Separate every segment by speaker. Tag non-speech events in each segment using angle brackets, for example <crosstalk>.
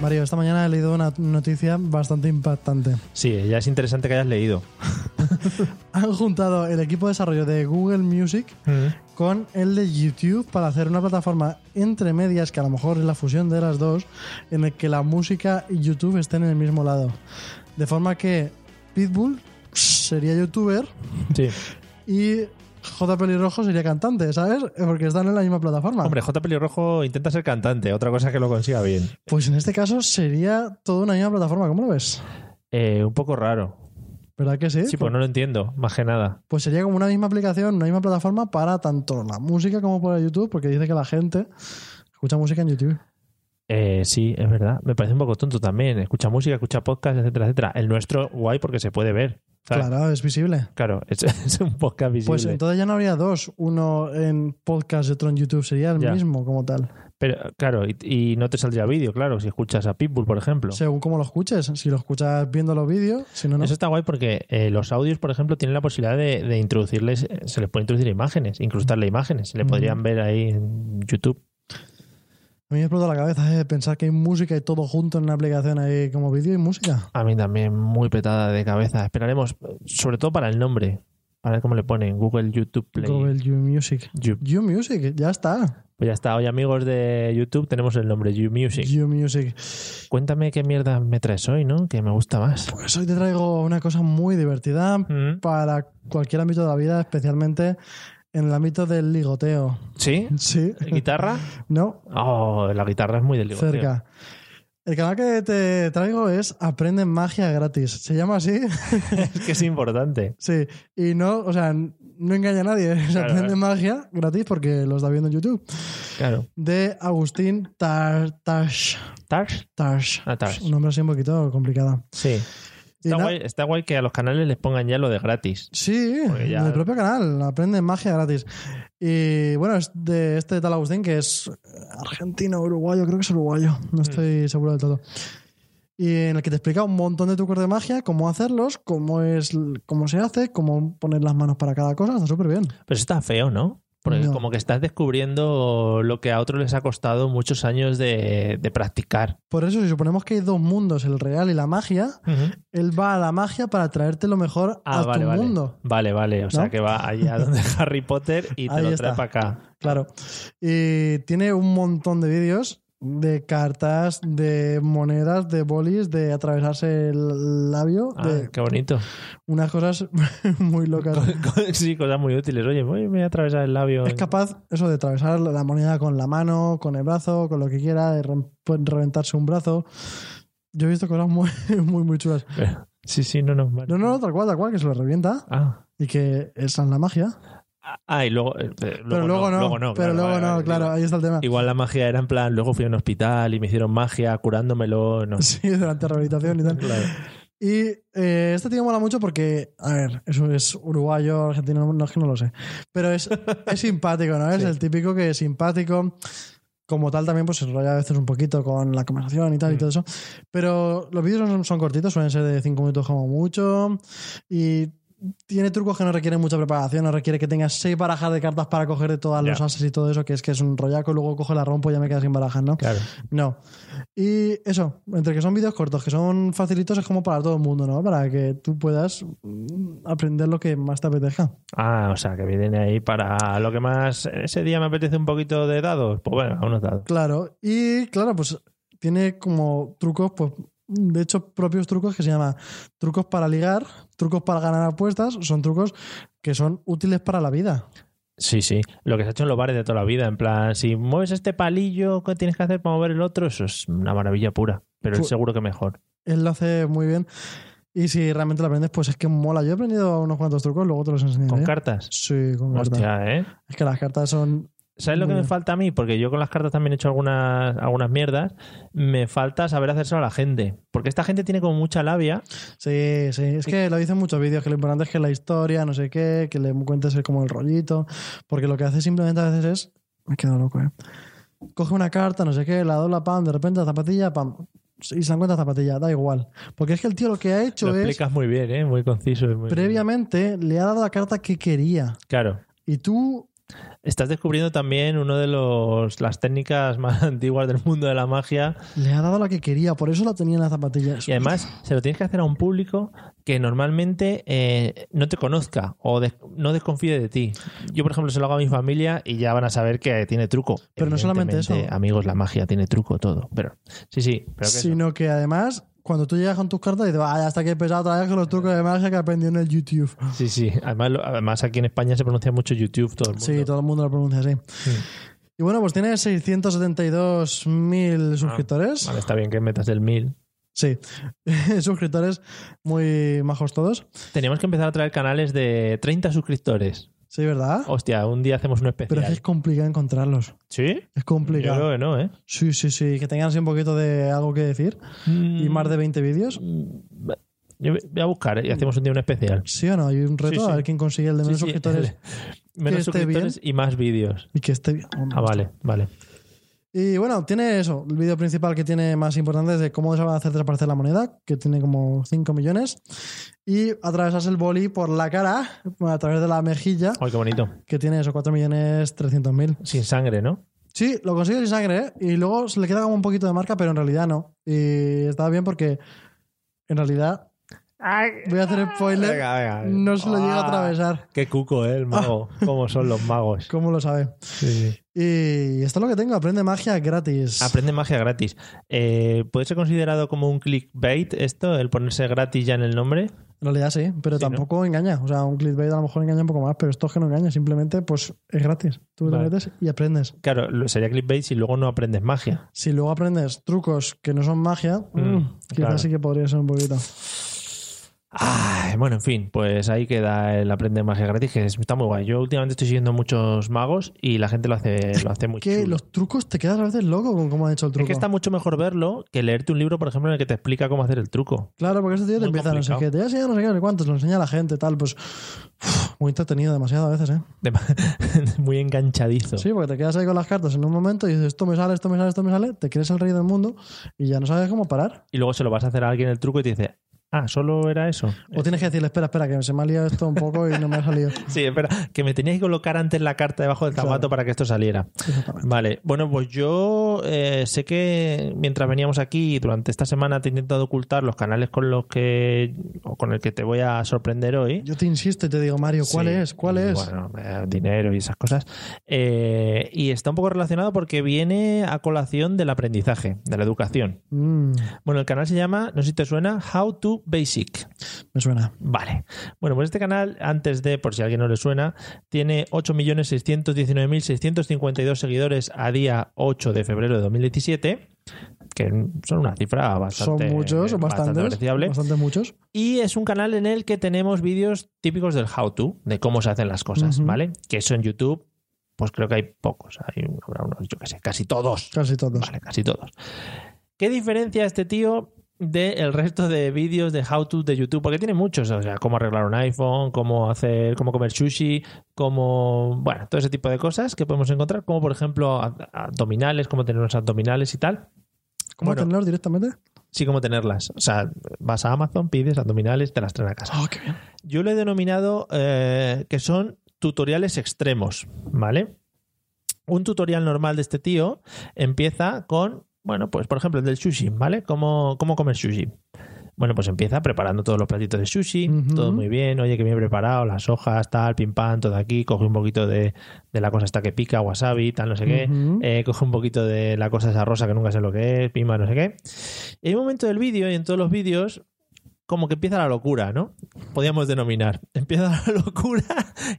Speaker 1: Mario, esta mañana he leído una noticia bastante impactante. <laughs>
Speaker 2: Sí, ya es interesante que hayas leído.
Speaker 1: Han juntado el equipo de desarrollo de Google Music
Speaker 2: Mm.
Speaker 1: con el de YouTube para hacer una plataforma entre medias, que a lo mejor es la fusión de las dos, en el que la música y YouTube estén en el mismo lado. De forma que Pitbull sería youtuber
Speaker 2: <laughs> Sí.
Speaker 1: y J. Pelirrojo sería cantante, ¿sabes? Porque están en la misma plataforma.
Speaker 2: <laughs> Hombre, J. Pelirrojo intenta ser cantante, otra cosa es que lo consiga bien.
Speaker 1: Pues en este caso sería toda una misma plataforma, ¿cómo lo ves?
Speaker 2: Eh, un poco raro.
Speaker 1: ¿Verdad que sí?
Speaker 2: Sí, pues no lo entiendo, más que nada.
Speaker 1: Pues sería como una misma aplicación, una misma plataforma para tanto la música como para YouTube, porque dice que la gente escucha música en YouTube.
Speaker 2: Eh, sí, es verdad. Me parece un poco tonto también. Escucha música, escucha podcast, etcétera, etcétera. El nuestro, guay, porque se puede ver. ¿sabes?
Speaker 1: Claro, es visible.
Speaker 2: Claro, <laughs> es, es un podcast visible.
Speaker 1: Pues entonces ya no habría dos, uno en podcast y otro en YouTube, sería el
Speaker 2: Ya.
Speaker 1: mismo como tal.
Speaker 2: Pero claro, y, y no te saldría vídeo, claro, si escuchas a Pitbull, por ejemplo.
Speaker 1: Según cómo lo escuches, si lo escuchas viendo los vídeos, si no, no.
Speaker 2: Eso está guay porque eh, los audios, por ejemplo, tienen la posibilidad de, de introducirles, eh, se les puede introducir imágenes, incrustarle imágenes, se le
Speaker 1: Mm.
Speaker 2: podrían ver ahí en YouTube.
Speaker 1: A mí me explota la cabeza eh, pensar que hay música y todo junto en una aplicación ahí como vídeo y música.
Speaker 2: A mí también muy petada de cabeza. Esperaremos, sobre todo para el nombre, para ver cómo le ponen Google YouTube Play.
Speaker 1: Google You Music.
Speaker 2: You-
Speaker 1: You Music, ya está.
Speaker 2: Pues ya está, hoy amigos de YouTube tenemos el nombre You Music.
Speaker 1: You Music.
Speaker 2: Cuéntame qué mierda me traes hoy, ¿no? Que me gusta más.
Speaker 1: Pues hoy te traigo una cosa muy divertida,
Speaker 2: Mm.
Speaker 1: para cualquier ámbito de la vida, especialmente en el ámbito del ligoteo. <laughs>
Speaker 2: ¿Sí?
Speaker 1: Sí.
Speaker 2: ¿Guitarra?
Speaker 1: No,
Speaker 2: Oh, la guitarra es muy del ligoteo.
Speaker 1: cerca. El canal que te traigo es Aprende Magia Gratis. ¿Se llama así?
Speaker 2: <laughs>
Speaker 1: <laughs>
Speaker 2: Es que es importante.
Speaker 1: sí. Y no, o sea, no engaña a nadie. <laughs> Es
Speaker 2: Claro,
Speaker 1: Aprende
Speaker 2: eh.
Speaker 1: Magia Gratis porque lo está viendo en YouTube.
Speaker 2: Claro.
Speaker 1: De Agustín Tartash.
Speaker 2: ¿Tars?
Speaker 1: Tarsh.
Speaker 2: Ah, Tarsh.
Speaker 1: Un nombre así un poquito complicado.
Speaker 2: Sí.
Speaker 1: Y
Speaker 2: Está
Speaker 1: na-
Speaker 2: guay, está guay que a los canales les pongan ya lo de gratis.
Speaker 1: Sí,
Speaker 2: Porque ya-
Speaker 1: del propio canal, aprende magia gratis. Y bueno, es de este tal Agustín que es eh, argentino, uruguayo, creo que es uruguayo,
Speaker 2: Mm.
Speaker 1: no estoy seguro del todo. Y en el que te explica un montón de trucos de magia, cómo hacerlos, cómo es cómo se hace, cómo poner las manos para cada cosa, está súper bien.
Speaker 2: Pero eso está feo, ¿no? Porque
Speaker 1: No.
Speaker 2: como que estás descubriendo lo que a otros les ha costado muchos años de, de practicar.
Speaker 1: Por eso, si suponemos que hay dos mundos, el real y la magia, él va a la magia para traerte lo mejor
Speaker 2: Ah,
Speaker 1: a
Speaker 2: vale,
Speaker 1: tu
Speaker 2: vale.
Speaker 1: mundo.
Speaker 2: Vale, vale. O sea
Speaker 1: ¿No?
Speaker 2: que va allá donde <laughs> Harry Potter y te
Speaker 1: Ahí
Speaker 2: lo
Speaker 1: está.
Speaker 2: trae para acá.
Speaker 1: Claro. Y tiene un montón de vídeos de cartas, de monedas, de bolis, de atravesarse el labio,
Speaker 2: Ah,
Speaker 1: de
Speaker 2: qué bonito. <laughs>
Speaker 1: unas cosas <laughs> muy locas.
Speaker 2: sí, cosas muy útiles. Oye, voy, me voy a atravesar el labio.
Speaker 1: Es capaz eso de atravesar la moneda con la mano, con el brazo, con lo que quiera, de re- reventarse un brazo. Yo he visto cosas muy, <laughs> muy, muy chulas.
Speaker 2: Sí, sí, no, no. vale.
Speaker 1: No, no, no, tal cual, tal cual, que se lo revienta
Speaker 2: Ah.
Speaker 1: y que esa es la magia.
Speaker 2: Ah, y luego, eh, eh,
Speaker 1: pero luego no, pero
Speaker 2: claro,
Speaker 1: luego
Speaker 2: vale,
Speaker 1: no,
Speaker 2: vale,
Speaker 1: claro,
Speaker 2: igual.
Speaker 1: ahí está el tema.
Speaker 2: Igual la magia era en plan, luego fui a un hospital y me hicieron magia curándomelo, no sé.
Speaker 1: <laughs> Sí, durante la rehabilitación y tal.
Speaker 2: Claro.
Speaker 1: Y eh, este tío mola mucho porque, a ver, eso es uruguayo, argentino, no es que no lo sé. Pero
Speaker 2: <laughs>
Speaker 1: es, es simpático, ¿no? Es
Speaker 2: Sí.
Speaker 1: el típico que es simpático. Como tal, también pues se enrolla a veces un poquito con la conversación y tal y
Speaker 2: Mm.
Speaker 1: todo eso. Pero los vídeos son, son cortitos, suelen ser de 5 minutos como mucho. Y tiene trucos que no requieren mucha preparación, no requiere que tengas seis barajas de cartas para coger de todas
Speaker 2: Ya.
Speaker 1: los ases y todo eso, que es que es un rollaco, luego coge la rompo y ya me queda sin barajas, ¿no?
Speaker 2: Claro.
Speaker 1: No. Y eso, entre que son vídeos cortos, que son facilitos, es como para todo el mundo, ¿no? Para que tú puedas mm, aprender lo que más te apetezca.
Speaker 2: Ah, o sea, que viene ahí para lo que más. Ese día me apetece un poquito de dados. Pues bueno, a unos dados.
Speaker 1: Claro. Y claro, pues tiene como trucos, pues de hecho propios trucos que se llama trucos para ligar, trucos para ganar apuestas, son trucos que son útiles para la vida.
Speaker 2: Sí, sí. Lo que se ha hecho en los bares de toda la vida. En plan, si mueves este palillo, ¿qué tienes que hacer para mover el otro? Eso es una maravilla pura. Pero
Speaker 1: Fu-
Speaker 2: es seguro que mejor.
Speaker 1: Él lo hace muy bien. Y si realmente lo aprendes, pues es que mola. Yo he aprendido unos cuantos trucos, luego te los enseñaré.
Speaker 2: Con cartas.
Speaker 1: ¿Eh? Sí, con cartas.
Speaker 2: Hostia, ¿eh?
Speaker 1: Es que las cartas son...
Speaker 2: ¿Sabes lo
Speaker 1: Muy
Speaker 2: que me
Speaker 1: bien.
Speaker 2: falta a mí? Porque yo con las cartas también he hecho algunas, algunas mierdas. Me falta saber hacérselo a la gente. Porque esta gente tiene como mucha labia.
Speaker 1: Sí, sí. Es que lo dicen muchos vídeos, que lo importante es que la historia, no sé qué, que le cuentes el- como el rollito. Porque lo que hace simplemente a veces es... Me quedo loco, ¿eh? Coge una carta, no sé qué, la dobla, pam, de repente la zapatilla, pam. Y se encuentra zapatilla, da igual. Porque es que el tío lo que ha hecho
Speaker 2: Lo
Speaker 1: es...
Speaker 2: explicas muy bien, ¿eh? Muy conciso. y muy-
Speaker 1: Previamente le ha dado la carta que quería.
Speaker 2: Claro.
Speaker 1: Y tú
Speaker 2: Estás descubriendo también una de los, las técnicas <laughs> más antiguas del mundo de la magia.
Speaker 1: le has dado la que quería, por eso la tenía en las zapatillas.
Speaker 2: Y además se lo tienes que hacer a un público que normalmente eh, no te conozca o des- no desconfíe de ti. Yo, por ejemplo, se lo hago a mi familia y ya van a saber que tiene truco.
Speaker 1: Pero no solamente eso.
Speaker 2: Evidentemente, Amigos, la magia tiene truco, todo. Pero sí, sí. Pero que eso.
Speaker 1: Sino que además, cuando tú llegas con tus cartas, dices, vaya, hasta que he pesado otra vez con los trucos de magia que aprendí en el YouTube.
Speaker 2: Sí, sí. Además, lo- además, aquí en España se pronuncia mucho YouTube, todo el mundo.
Speaker 1: Sí, todo el mundo lo pronuncia así.
Speaker 2: Sí.
Speaker 1: Y bueno, pues tiene 672.000 suscriptores.
Speaker 2: Ah, Vale, está bien que metas el mil.
Speaker 1: Sí, <laughs> suscriptores muy majos todos.
Speaker 2: Teníamos que empezar a traer canales de 30 suscriptores.
Speaker 1: Sí, ¿verdad?
Speaker 2: Hostia, un día hacemos un
Speaker 1: Pero es que
Speaker 2: especial.
Speaker 1: es complicado encontrarlos.
Speaker 2: ¿Sí?
Speaker 1: Es
Speaker 2: Yo creo
Speaker 1: complicado.
Speaker 2: que no, ¿eh?
Speaker 1: Sí, sí, sí. Que tengan así un poquito de algo que decir. Y más de 20 vídeos.
Speaker 2: Mm, va- Yo voy a buscar ¿eh? y hacemos un día un especial.
Speaker 1: ¿Sí o no? Hay un reto
Speaker 2: Sí, sí.
Speaker 1: a ver quién consigue el de menos
Speaker 2: Sí, sí,
Speaker 1: suscriptores
Speaker 2: <laughs> Menos
Speaker 1: esté
Speaker 2: suscriptores y más vídeos.
Speaker 1: y que esté bien.
Speaker 2: Ah, vale, vale.
Speaker 1: Y bueno, tiene eso. El vídeo principal que tiene más importante es de cómo se va a hacer desaparecer la moneda, que tiene como 5 millones. Y atravesas el boli por la cara, a través de la mejilla,
Speaker 2: Ay, qué bonito.
Speaker 1: que tiene eso, 4 millones 300 mil.
Speaker 2: Sin sangre, ¿no?
Speaker 1: Sí, lo consigue sin sangre, ¿eh? Y luego se le queda como un poquito de marca, pero en realidad no. Y está bien porque, en realidad, voy a hacer spoiler.
Speaker 2: venga.
Speaker 1: No se lo llega a
Speaker 2: Ah,
Speaker 1: atravesar.
Speaker 2: Qué cuco, ¿eh? El mago.
Speaker 1: Ah.
Speaker 2: ¿Cómo son los
Speaker 1: <laughs>
Speaker 2: magos?
Speaker 1: ¿Cómo lo sabe?
Speaker 2: Sí, sí.
Speaker 1: Y esto es lo que tengo, aprende magia gratis.
Speaker 2: Aprende magia gratis. Eh, ¿Puede ser considerado como un clickbait esto, el ponerse gratis ya en el nombre?
Speaker 1: En realidad sí, pero
Speaker 2: Sí,
Speaker 1: tampoco engaña. O sea, un clickbait a lo mejor engaña un poco más, pero esto es que no engaña. Simplemente, pues es gratis. Tú
Speaker 2: Vale.
Speaker 1: te metes y aprendes.
Speaker 2: Claro, lo- sería clickbait si luego no aprendes magia.
Speaker 1: Si luego aprendes trucos que no son magia,
Speaker 2: Mm,
Speaker 1: mm, quizás
Speaker 2: claro.
Speaker 1: sí que podría ser un poquito.
Speaker 2: Ay, bueno, en fin, pues ahí queda el aprende magia gratis, que es- está muy guay. Yo últimamente estoy siguiendo muchos magos y la gente lo hace, lo hace muy
Speaker 1: Que
Speaker 2: chulo.
Speaker 1: los trucos te quedas a veces loco con cómo han hecho el truco.
Speaker 2: Es que está mucho mejor verlo que leerte un libro, por ejemplo, en el que te explica cómo hacer el truco.
Speaker 1: Claro, porque este tío te
Speaker 2: muy
Speaker 1: empieza, no sé qué,
Speaker 2: complicado.
Speaker 1: te voy a enseñar no sé qué, no sé cuántos, lo enseña a la gente, tal, pues uf, muy entretenido demasiado a veces, ¿eh?
Speaker 2: De- <laughs> Muy enganchadizo.
Speaker 1: Sí, porque te quedas ahí con las cartas en un momento y dices, esto me sale, esto me sale, esto me sale, te crees el rey del mundo y ya no sabes cómo parar.
Speaker 2: Y luego se lo vas a hacer a alguien el truco y te dice, ah, solo era eso.
Speaker 1: <laughs> O tienes que decirle, espera, espera, que se me ha liado esto un poco y no me ha
Speaker 2: <laughs>
Speaker 1: salido.
Speaker 2: Sí, espera, que me tenías que colocar antes la carta debajo del
Speaker 1: Claro.
Speaker 2: zapato para que esto saliera.
Speaker 1: Exactamente.
Speaker 2: Vale, bueno, pues yo eh, sé que mientras veníamos aquí durante esta semana te he intentado ocultar los canales con los que o con el que te voy a sorprender hoy.
Speaker 1: Yo te insisto y te digo, Mario, ¿cuál
Speaker 2: Sí,
Speaker 1: es? ¿Cuál
Speaker 2: y
Speaker 1: es?
Speaker 2: Bueno, eh, dinero y esas cosas. Eh, y está un poco relacionado porque viene a colación del aprendizaje, de la educación.
Speaker 1: Mm,
Speaker 2: Bueno, el canal se llama, no sé si te suena, How to Basic.
Speaker 1: me suena.
Speaker 2: Vale. Bueno, pues este canal, antes de, por si a alguien no le suena, tiene 8.619.652 seguidores a día 8 de febrero de 2017, que son una cifra bastante,
Speaker 1: Son muchos, son
Speaker 2: bastante
Speaker 1: bastantes.
Speaker 2: apreciable.
Speaker 1: Bastantes muchos.
Speaker 2: Y es un canal en el que tenemos vídeos típicos del how to, de cómo se hacen las cosas,
Speaker 1: Ujú.
Speaker 2: ¿vale? Que eso en YouTube, pues creo que hay pocos, hay un- habrá unos, yo qué sé, casi todos.
Speaker 1: Casi todos.
Speaker 2: Vale, casi todos. ¿Qué diferencia este tío del resto de vídeos de how to de YouTube? Porque tiene muchos, o sea, cómo arreglar un iPhone, cómo hacer, cómo comer sushi, cómo, bueno, todo ese tipo de cosas que podemos encontrar, como por ejemplo a- abdominales, cómo tener unos abdominales y tal.
Speaker 1: ¿Cómo
Speaker 2: Bueno.
Speaker 1: tenerlos directamente?
Speaker 2: Sí, cómo tenerlas. O sea, vas a Amazon, pides abdominales, te las traen a casa.
Speaker 1: Oh, qué bien.
Speaker 2: Yo lo he denominado eh, que son tutoriales extremos, ¿vale? Un tutorial normal de este tío empieza con, bueno, pues por ejemplo el del sushi, ¿vale? ¿Cómo, cómo comer sushi? Bueno, pues empieza preparando todos los platitos de sushi,
Speaker 1: Ujú.
Speaker 2: todo muy bien, oye, que bien preparado, las hojas, tal, pim pam, todo aquí, coge un poquito de, de la cosa hasta que pica, wasabi, tal, no sé qué,
Speaker 1: Ujú.
Speaker 2: eh, coge un poquito de la cosa esa rosa que nunca sé lo que es, pima, no sé qué. Y hay un momento del vídeo y en todos los vídeos como que empieza la locura, ¿no? Podríamos denominar. <laughs> Empieza la locura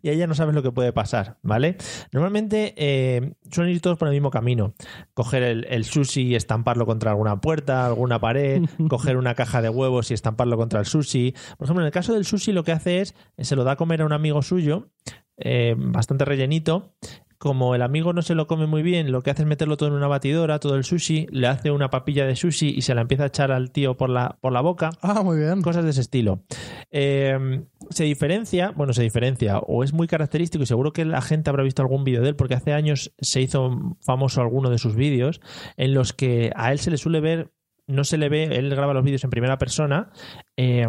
Speaker 2: y ahí ya no sabes lo que puede pasar, ¿vale? Normalmente eh, suelen ir todos por el mismo camino. Coger el, el sushi y estamparlo contra alguna puerta, alguna pared, coger una caja de huevos y estamparlo contra el sushi. Por ejemplo, en el caso del sushi lo que hace es, se lo da a comer a un amigo suyo, eh, bastante rellenito, como el amigo no se lo come muy bien, lo que hace es meterlo todo en una batidora, todo el sushi, le hace una papilla de sushi y se la empieza a echar al tío por la, por la boca.
Speaker 1: Ah, muy bien.
Speaker 2: Cosas de ese estilo. Eh, se diferencia, bueno, se diferencia, o es muy característico y seguro que la gente habrá visto algún vídeo de él, porque hace años se hizo famoso alguno de sus vídeos, en los que a él se le suele ver no se le ve, él graba los vídeos en primera persona eh,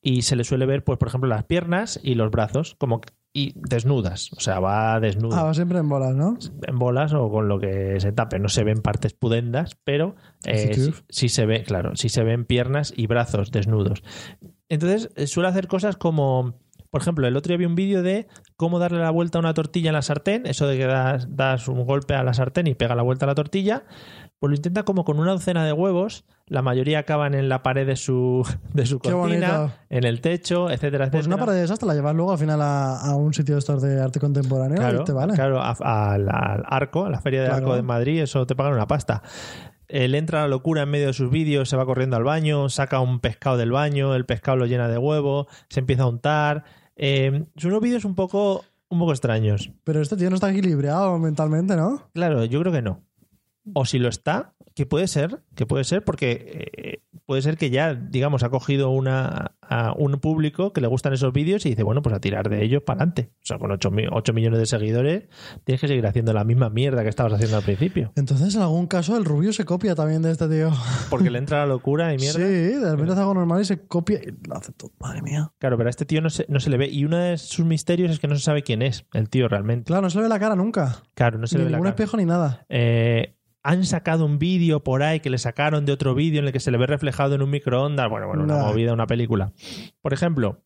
Speaker 2: y se le suele ver, pues, por ejemplo, las piernas y los brazos, como y desnudas. O sea, va desnudo.
Speaker 1: Ah, va siempre en bolas, ¿no?
Speaker 2: En bolas o con lo que se tape. No se ven partes pudendas, pero eh, sí, sí, se ve, claro, sí se ven piernas y brazos desnudos. Entonces, eh, suele hacer cosas como. Por ejemplo, el otro día vi un vídeo de cómo darle la vuelta a una tortilla en la sartén, eso de que das, das un golpe a la sartén y pega la vuelta a la tortilla, pues lo intenta como con una docena de huevos, la mayoría acaban en la pared de su, <laughs> de su
Speaker 1: Qué
Speaker 2: cocina,
Speaker 1: bonito.
Speaker 2: en el techo, etcétera, etcétera.
Speaker 1: Pues una pared de esas te la llevas luego al final a, a un sitio de estos de arte contemporáneo
Speaker 2: Claro,
Speaker 1: y te vale.
Speaker 2: claro, a- a- al, al arco, a la feria del
Speaker 1: Claro.
Speaker 2: arco de Madrid, eso te pagan una pasta. Él entra a la locura en medio de sus vídeos, se va corriendo al baño, saca un pescado del baño, el pescado lo llena de huevo, se empieza a untar. Eh, son unos vídeos un poco, un poco extraños.
Speaker 1: Pero este tío no está equilibrado mentalmente, ¿no?
Speaker 2: Claro, yo creo que no. O si lo está, que puede ser, que puede ser, porque eh, puede ser que ya, digamos, ha cogido una, a un público que le gustan esos vídeos y dice, bueno, pues a tirar de ellos para adelante. O sea, con 8, millones de seguidores, tienes que seguir haciendo la misma mierda que estabas haciendo al principio.
Speaker 1: Entonces, en algún caso, el rubio se copia también de este tío.
Speaker 2: Porque le entra la locura y mierda.
Speaker 1: Sí, de repente hace algo normal y se copia y lo hace todo. Madre mía.
Speaker 2: Claro, pero a este tío no se, no se le ve. Y uno de sus misterios es que no se sabe quién es el tío realmente.
Speaker 1: Claro, no se le ve la cara nunca.
Speaker 2: Claro, no se
Speaker 1: ni
Speaker 2: le ve la
Speaker 1: ningún
Speaker 2: cara.
Speaker 1: espejo ni nada.
Speaker 2: Eh, han sacado un vídeo por ahí que le sacaron de otro vídeo en el que se le ve reflejado en un microondas. Bueno, bueno, una
Speaker 1: Nah.
Speaker 2: movida, una película. Por ejemplo,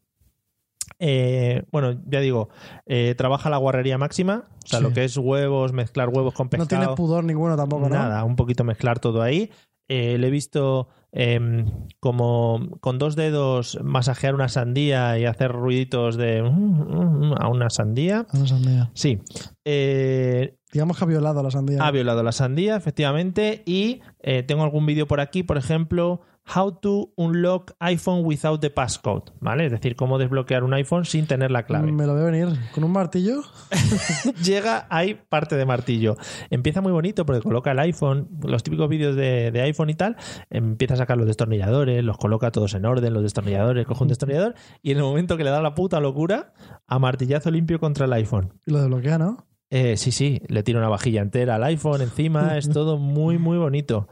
Speaker 2: eh, bueno, ya digo, eh, trabaja la guarrería máxima, o sea,
Speaker 1: Sí.
Speaker 2: lo que es huevos, mezclar huevos con
Speaker 1: No tiene
Speaker 2: pescado.
Speaker 1: pudor ninguno tampoco, ¿no?
Speaker 2: Nada, un poquito mezclar todo ahí. Eh, le he visto em, como con dos dedos masajear una sandía y hacer ruiditos de mm, mm, mm, a una sandía.
Speaker 1: A la sandía.
Speaker 2: Sí. Eh,
Speaker 1: Digamos que ha violado a la sandía.
Speaker 2: ha violado la sandía, efectivamente. Y eh, tengo algún vídeo por aquí, por ejemplo, How to unlock iPhone without the passcode, ¿vale? Es decir, cómo desbloquear un iPhone sin tener la clave.
Speaker 1: Me lo veo venir. ¿Con un martillo?
Speaker 2: <laughs> Llega, hay parte de martillo. Empieza muy bonito porque coloca el iPhone, los típicos vídeos de, de iPhone y tal, empieza a sacar los destornilladores, los coloca todos en orden, los destornilladores, coge un destornillador y en el momento que le da la puta locura, a martillazo limpio contra el iPhone.
Speaker 1: Y lo desbloquea, ¿no?
Speaker 2: Eh, sí, sí, le tira una vajilla entera al
Speaker 1: <laughs>
Speaker 2: iPhone encima, es todo muy, muy bonito.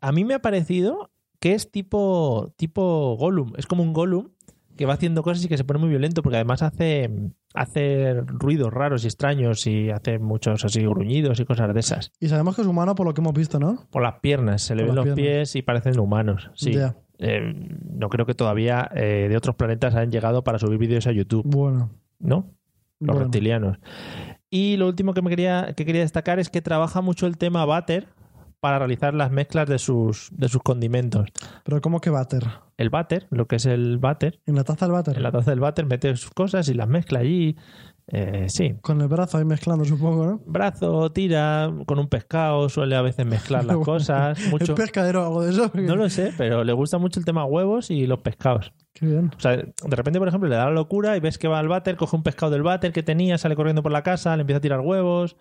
Speaker 2: A mí me ha parecido que es tipo, tipo Gollum, es como un Gollum que va haciendo cosas y que se pone muy violento porque además hace, hace ruidos raros y extraños y hace muchos así gruñidos y cosas de esas.
Speaker 1: Y sabemos que es humano por lo que hemos visto, ¿no?
Speaker 2: Por las piernas, se le
Speaker 1: Por
Speaker 2: ven los
Speaker 1: las piernas.
Speaker 2: pies y parecen humanos. Sí.
Speaker 1: Ya.
Speaker 2: Eh, no creo que todavía eh, de otros planetas han llegado para subir vídeos a YouTube,
Speaker 1: Bueno.
Speaker 2: ¿no? los
Speaker 1: bueno.
Speaker 2: reptilianos. Y lo último que me quería, que quería destacar es que trabaja mucho el tema váter para realizar las mezclas de sus, de sus condimentos.
Speaker 1: Pero ¿cómo que váter?
Speaker 2: El váter, lo que es el váter,
Speaker 1: ¿En la taza del váter?
Speaker 2: en la taza del váter mete sus cosas y las mezcla allí. Eh, sí.
Speaker 1: Con el brazo ahí mezclando, supongo, ¿no?
Speaker 2: Brazo, tira, con un pescado, suele a veces mezclar las cosas. Mucho.
Speaker 1: ¿Es pescadero o algo de eso?
Speaker 2: No lo sé, pero le gusta mucho el tema huevos y los pescados.
Speaker 1: Qué bien.
Speaker 2: O sea, de repente, por ejemplo, le da la locura y ves que va al váter, coge un pescado del váter que tenía, sale corriendo por la casa, le empieza a tirar huevos.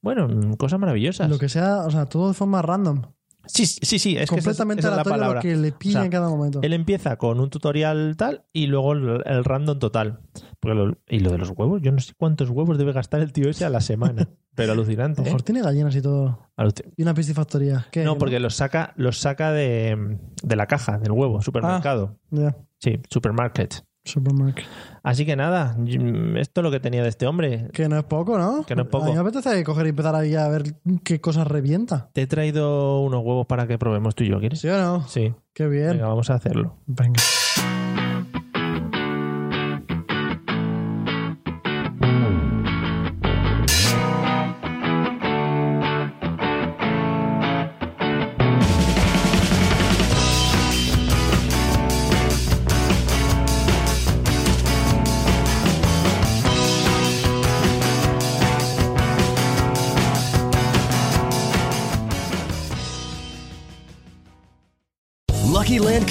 Speaker 2: Bueno, mm, cosas maravillosas.
Speaker 1: Lo que sea, o sea, todo de forma random.
Speaker 2: Sí, sí, sí, es que esa es-
Speaker 1: completamente
Speaker 2: esa es la
Speaker 1: aleatorio
Speaker 2: palabra.
Speaker 1: lo que le pilla
Speaker 2: O sea,
Speaker 1: en cada momento.
Speaker 2: Él empieza con un tutorial tal y luego el, el random total. Porque lo- y lo de los huevos, yo no sé cuántos huevos debe gastar el tío ese a
Speaker 1: <laughs>
Speaker 2: la semana. pero
Speaker 1: A lo
Speaker 2: alucinante. ¿eh?
Speaker 1: mejor tiene gallinas y todo.
Speaker 2: Alucin-
Speaker 1: Y una piscifactoría. ¿Qué?
Speaker 2: No, porque los saca, los saca de, de la caja, del huevo, supermercado.
Speaker 1: Ya,
Speaker 2: Sí, supermarket.
Speaker 1: supermarket.
Speaker 2: Así que nada, y- mm, esto es lo que tenía de este hombre.
Speaker 1: Que no es poco, ¿no?
Speaker 2: Que no es poco.
Speaker 1: A mí me apetece coger y empezar ahí a ver qué cosas revienta.
Speaker 2: Te he traído unos huevos para que probemos tú y yo, ¿quieres?
Speaker 1: ¿Sí o no?
Speaker 2: Sí.
Speaker 1: Qué bien.
Speaker 2: Venga, vamos a hacerlo.
Speaker 1: Venga.
Speaker 3: Lucky Land